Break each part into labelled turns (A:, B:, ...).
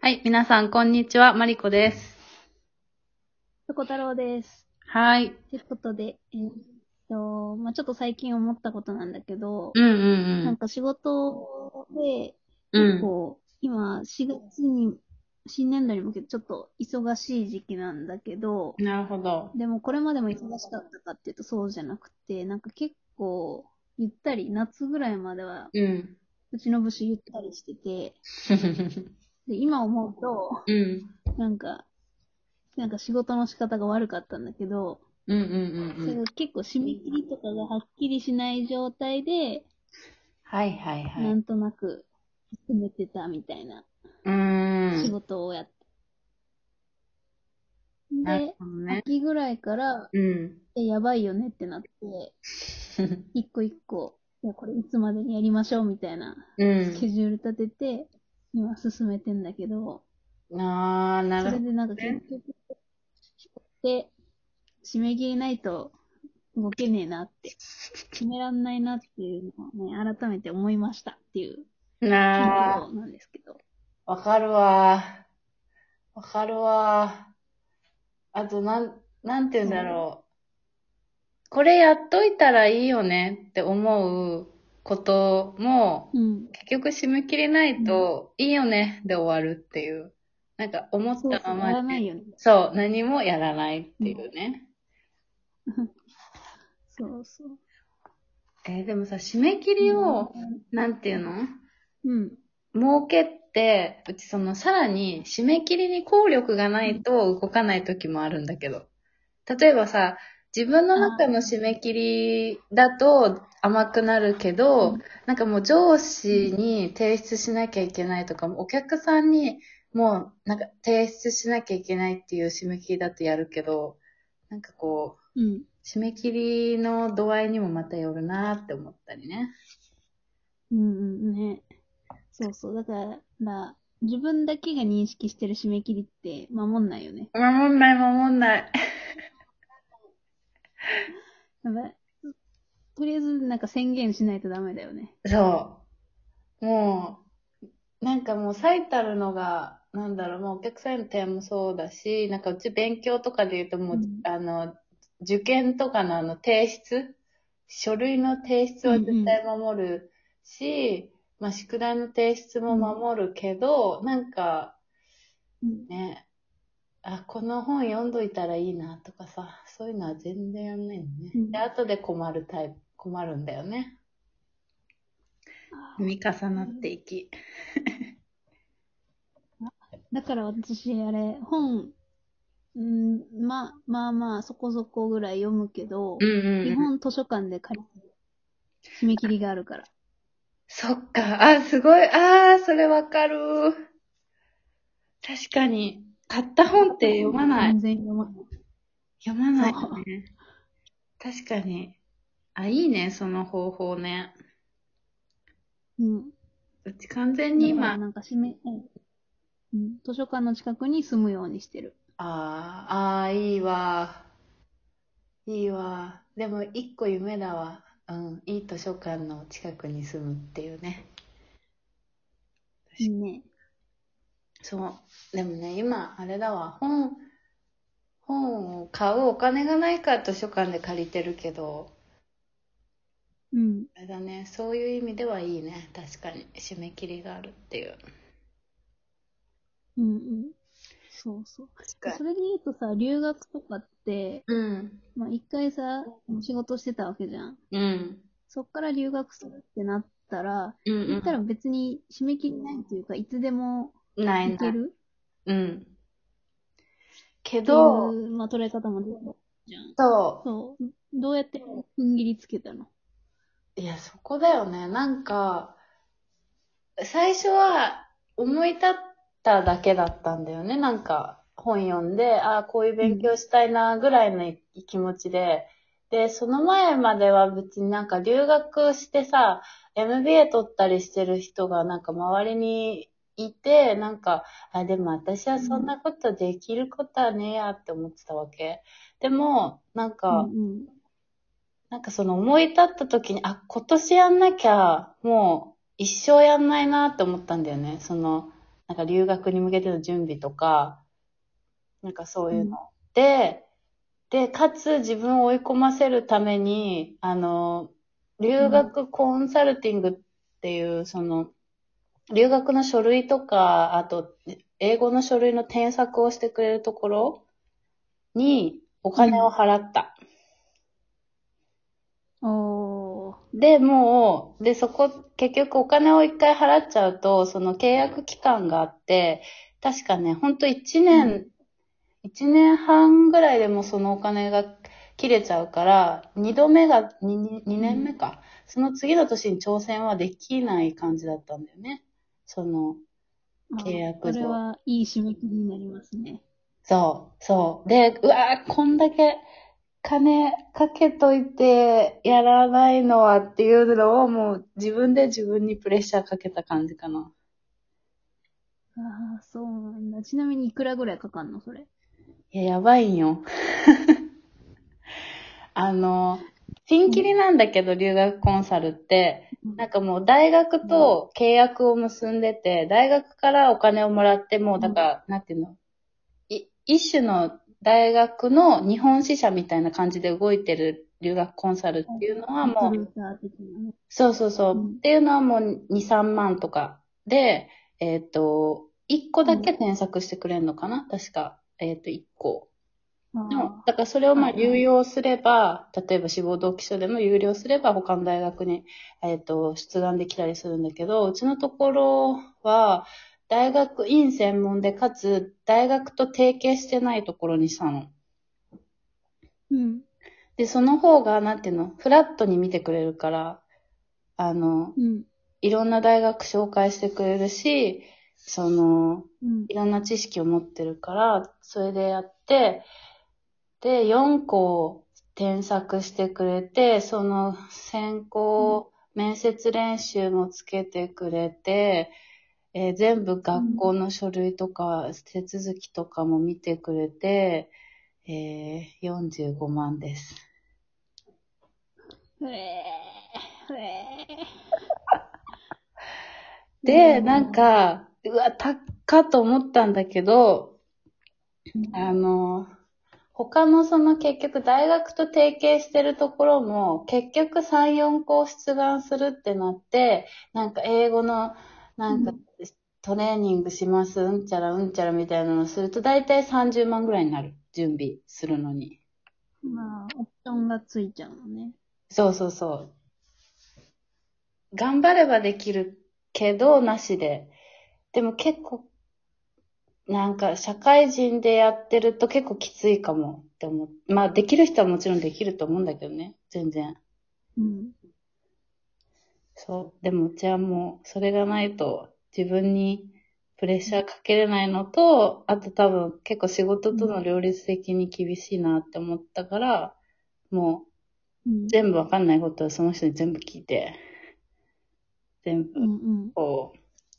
A: はい、皆さん、こんにちは。マリコです。
B: そこ太郎です。
A: はい。
B: ということで、えっと、まあ、ちょっと最近思ったことなんだけど、
A: うんう
B: なん
A: ん
B: か仕事で、
A: うん。う
B: 結
A: ん。
B: 構、今、4月に、新年度に向けてちょっと忙しい時期なんだけど、
A: なるほど。
B: でもこれまでも忙しかったかっていうとそうじゃなくて、なんか結構、ゆったり、夏ぐらいまでは、
A: うん。
B: うちの部署ゆったりしてて、で、今思うと、
A: うん。
B: なんか、なんか仕事の仕方が悪かったんだけど、
A: うんうんうん
B: そうれ
A: ん。
B: が結構締め切りとかがはっきりしない状態で、
A: はいはいは。
B: ないんとなく進めてたみたいな
A: うー
B: 仕
A: ん。
B: 事をやって。
A: なる
B: で、
A: ほどね。
B: 秋ぐらいから、
A: うん。
B: えやばいよねってなって、一個一個、いやこれいつまでにやりましょうみたいな
A: う
B: スケジュール立てて、今進めてんだけど、
A: ん。あー、な
B: そ
A: るほ
B: れ
A: ど。
B: でなんか結局、で、締め切りないと動けねえなって、決めらんないなっていうのをね、改めて思いましたっていう近
A: なー、
B: 況なんですけど。
A: わかるわー。わかるわー。あと、なん、なんて言うんだろう。これやっといたらいいよねって思うことも、
B: うん。
A: 結局締め切れないと、いいよねで終わるっていう。なんか思っ
B: そう
A: た
B: そう、や
A: ま
B: ら
A: ま
B: ない
A: で。
B: よね。
A: そう、何もやらないっていうね。
B: そうそう。
A: えーでもさ、締め切りを、なんていうの
B: うん。
A: 儲けって、うちその、さらに締め切りに効力がないと動かない時もあるんだけど。例えばさ、自分の中の締め切りだと甘くなるけど、
B: うん
A: なんかもう上司に提出しなきゃいけないとか、お客さんにもうなんか提出しなきゃいけないっていう締め切りだとやるけど、なんかこう、
B: うん。
A: 締め切りの度合いにもまたよるなって思ったりね。
B: うんうんね。そうそう。だから、自分だけが認識してる締め切りって守んないよね。
A: 守んない守んない。
B: やばい。とりあえず、なんか宣言しないとダメだよね。
A: そう。もう、なんかもう最たるのが、なんだろう、もうお客さんの点もそうだし、なんかうち勉強とかで言うともう、
B: うん
A: あの、受験とかのあの提出、書類の提出は絶対守るし、まあ宿題の提出も守るけど、なんか
B: うん。
A: ね、あ、この本読んどいたらいいなとかさ、そういうのは全然やんないのね。
B: うん
A: で、後で困るタイプ、困るんだよね。
B: あー
A: 積み重なっていき。
B: だから私、あれ、本、うんまあまあまあ、そこそこぐらい読むけ
A: ん
B: ど、
A: う
B: 基本図書館で借りてる、締め切りがあるから。
A: そっか。あ、すごい。ああ、それわかる。確かに。買った本って読まない
B: 全。然読まない。
A: 読まないよね。確かに。あ、いいね、その方法ね。
B: うん。
A: うち完全に
B: だから
A: 今、
B: なんか締め、うん、図書館の近くに住むようにしてる。
A: あーあー、いいわ。いいわ。でも、一個夢だわ。うん、いい図書館の近くに住むっていうね。
B: いいね。
A: そう。でもね、今、あれだわ、本、本を買うお金がないから図書館で借りてるけど、
B: うん。
A: あれだね、そういう意味ではいいね。確かに。締め切りがあるっていう。
B: うんうん。そうそう。それで言うとさ、留学とかって、
A: うん。
B: まあ一回さ、仕事してたわけじゃん。
A: うん。
B: そっから留学するってなったら、
A: うん、う
B: 言
A: ん
B: ったら別に締め切りないっていうか、いつでも
A: ない
B: 行
A: な
B: け
A: い。
B: る
A: うん。け
B: ってい
A: ど、
B: う、まあ捉え方もできるじゃん。
A: そ
B: そう。どうやって踏ん切りつけたの
A: う。いや、そこだよね。なんか、最初は思い立っただけだったんだよね。なんか本読んで、ああ、こういう勉強したいなぐらいの気持ちで。で、その前までは別になんか留学してさ、MBA 取ったりしてる人がなんか周りにいて、なんか、あ、でも私はそんなことできることはねえやって思ってたわけ。でも、なんか、
B: うん
A: なんかその思い立った時に、あ、今年やんなきゃ、もう一生やんないなって思ったんだよね。その、なんか留学に向けての準備とか、なんかそういうの。で、で、かつ自分を追い込ませるために、あの、留学コンサルティングっていう、その、留学の書類とか、あと、英語の書類の添削をしてくれるところにお金を払った。
B: おー。
A: で、もう、で、そこ、結局お金を一回払っちゃうと、その契約期間があって、確かね、ほんと一年、一、年半ぐらいでもうそのお金が切れちゃうから、二度目が、二二二年目か、その次の年に挑戦はできない感じだったんだよね。その、
B: まあ
A: 契約
B: こ
A: 上
B: れはいい締め切りになりますね。
A: そう、そう。で、うわーこんだけ金かけといてやらないのはっていうのをもう自分で自分にプレッシャーかけた感じかな。
B: ああ、そうなんだ。ちなみにいくらぐらいかかんのそれ。
A: いや、やばいんよ。 あの、ピンキリなんだけど、留学コンサルって、なんかもう大学と契約を結んでて、大学からお金をもらって、もうだから、なんていうの、い一種の大学の日本支社みたいな感じで動いてる留学コンサルっていうのはもう、
B: リクルーター的なね。
A: そうそうそう。
B: うん
A: っていうのはもう2、3万とかで、えっ、と、1個だけ添削してくれるのかな、確か。えっ、と、1個。の
B: あ
A: だからそれをまあ
B: はいはい
A: 流用すれば、例えば志望動機書でも有料すれば他の大学に、えっ、と、出願できたりするんだけど、うちのところは、大学院専門で、かつ、大学と提携してないところにしたの。
B: ーうん。
A: で、その方が、なんていうの、フラットに見てくれるから、あの、
B: うん。
A: いろんな大学紹介してくれるし、その、
B: うん
A: い。ろんな知識を持ってるから、それでやって、で、4個添削してくれて、その選考、面接練習もつけてくれて、えー全部学校の書類とか、手続きとかも見てくれて、えー、45万です。
B: ふえー、ふえー。
A: で、
B: う
A: なん、か、うわ、たっかと思ったんだけど、
B: うん
A: あの、他のその結局大学と提携してるところも結局3、4校出願するってなって、なんか英語のなんか
B: うん
A: トレーニングします、うんちゃらうんちゃらみたいなのすると大体30万ぐらいになる。準備するのに。
B: まあ、オプションがついちゃうのね。
A: そうそうそう。頑張ればできるけど、なしで。でも結構、なんか社会人でやってると結構きついかもって思う。まあできる人はもちろんできると思うんだけどね。全然。
B: うん。
A: そう。でもじゃあもう、それがないと自分にプレッシャーかけれないのと、あと多分結構仕事との両立的に厳しいなって思ったから、もう
B: うん。
A: 全部わかんないことをその人に全部聞いて、全
B: うんう
A: 部
B: ん。
A: こ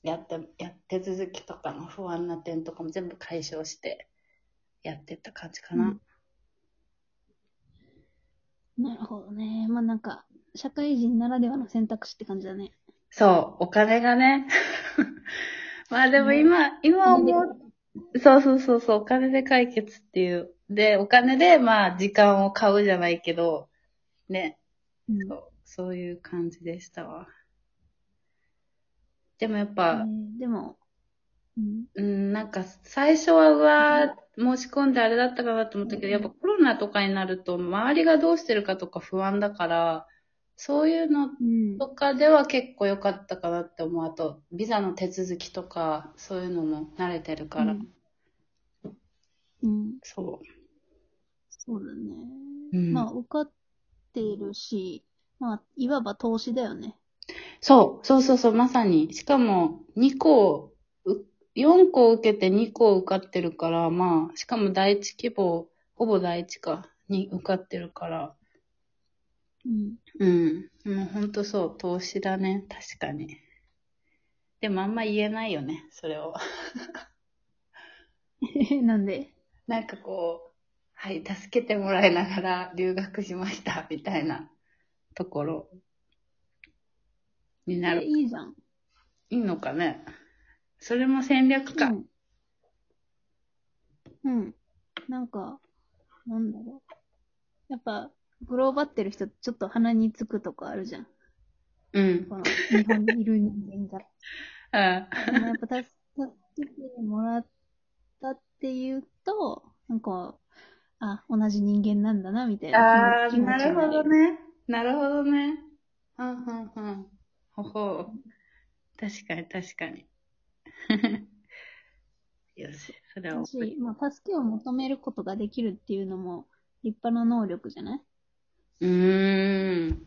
A: う、やって、やって続きとかの不安な点とかも全部解消して、やってった感じかな。
B: なるほどね。まあなんか、社会人ならではの選択肢って感じだね。
A: そう、お金がね。 まあでも今、今思う、そうそうそうそう、お金で解決っていう。で、お金でまあ時間を買うじゃないけど、ね、
B: うん。
A: そうそういう感じでしたわ。でもやっ
B: え
A: ぱ、
B: ーでも、うん。
A: うん、なんか最初は、うわー、申し込んであれだったかなと思ったけど、
B: うん
A: やっぱコロナとかになると、周りがどうしてるかとか不安だから、そういうの
B: うん。
A: とかでは結構良かったかなって思う。あと、ビザの手続きとか、そういうのも慣れてるから。
B: うん。
A: そ
B: そうだね。
A: うん
B: まあ、受かっているし、まあ、いわば投資だよね。
A: う。そう、そうそうそう、まさに。しかも、2校、う4校受けて2校受かってるから、まあ、しかも第一希望、ほぼ第一か、に受かってるから。
B: うん。
A: うん。もうほんとそう、投資だね。確かに。でもあんま言えないよね、それを。
B: なんで
A: なんかこう、はい、助けてもらいながら留学しました、みたいなところにな
B: え
A: る。
B: いいじゃん。
A: いいのかねそれも戦略か。
B: うん。うん。なんか、なんだろう。やっぱ、グローバってる人、ちょっと鼻につくとかあるじゃん。
A: うん。
B: この日本にいる 人間から。
A: あ
B: でもやっぱ助けてもらったっていうと、なんか、あ、同じ人間なんだな、みたいな。
A: あ
B: 気
A: ー、
B: 持ち
A: なる
B: に
A: ほど。ね。なるほどね。うんうんうん。ほほう。確かに確かに。 よし、それは
B: だし、まあ、助けを求めることができるっていうのも、立派な能力じゃないう
A: ーん。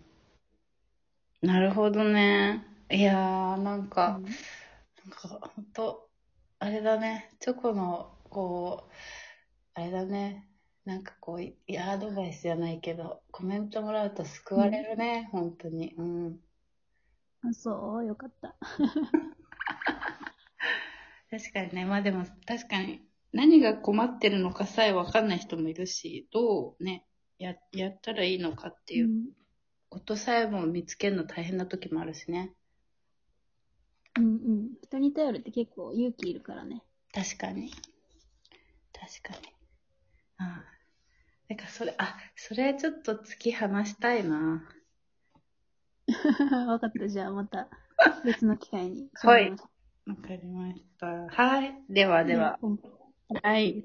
A: なるほどね。いやー、なんか、
B: うん
A: なんか、ほんと、あれだね、チョコの、こう、あれだね、なんかこう、いいや、アドバイスじゃないけど、コメントもらうと救われるね、本当に。うん。
B: あ、そう、よかった。
A: 確かにね、まあでも、確かに、何が困ってるのかさえわかんない人もいるし、どうね、や、やったらいいのかっていううんことさえも見つけるの大変な時もあるしね。
B: うんうん。人に頼るって結構勇気いるからね。
A: 確かに。確かに。ああ。なんかそれ、あ、それちょっと突き放したいな。
B: わかった。じゃあまた別の機会に。
A: はいわかりました。はい。ではでは。
B: うん。
A: はい。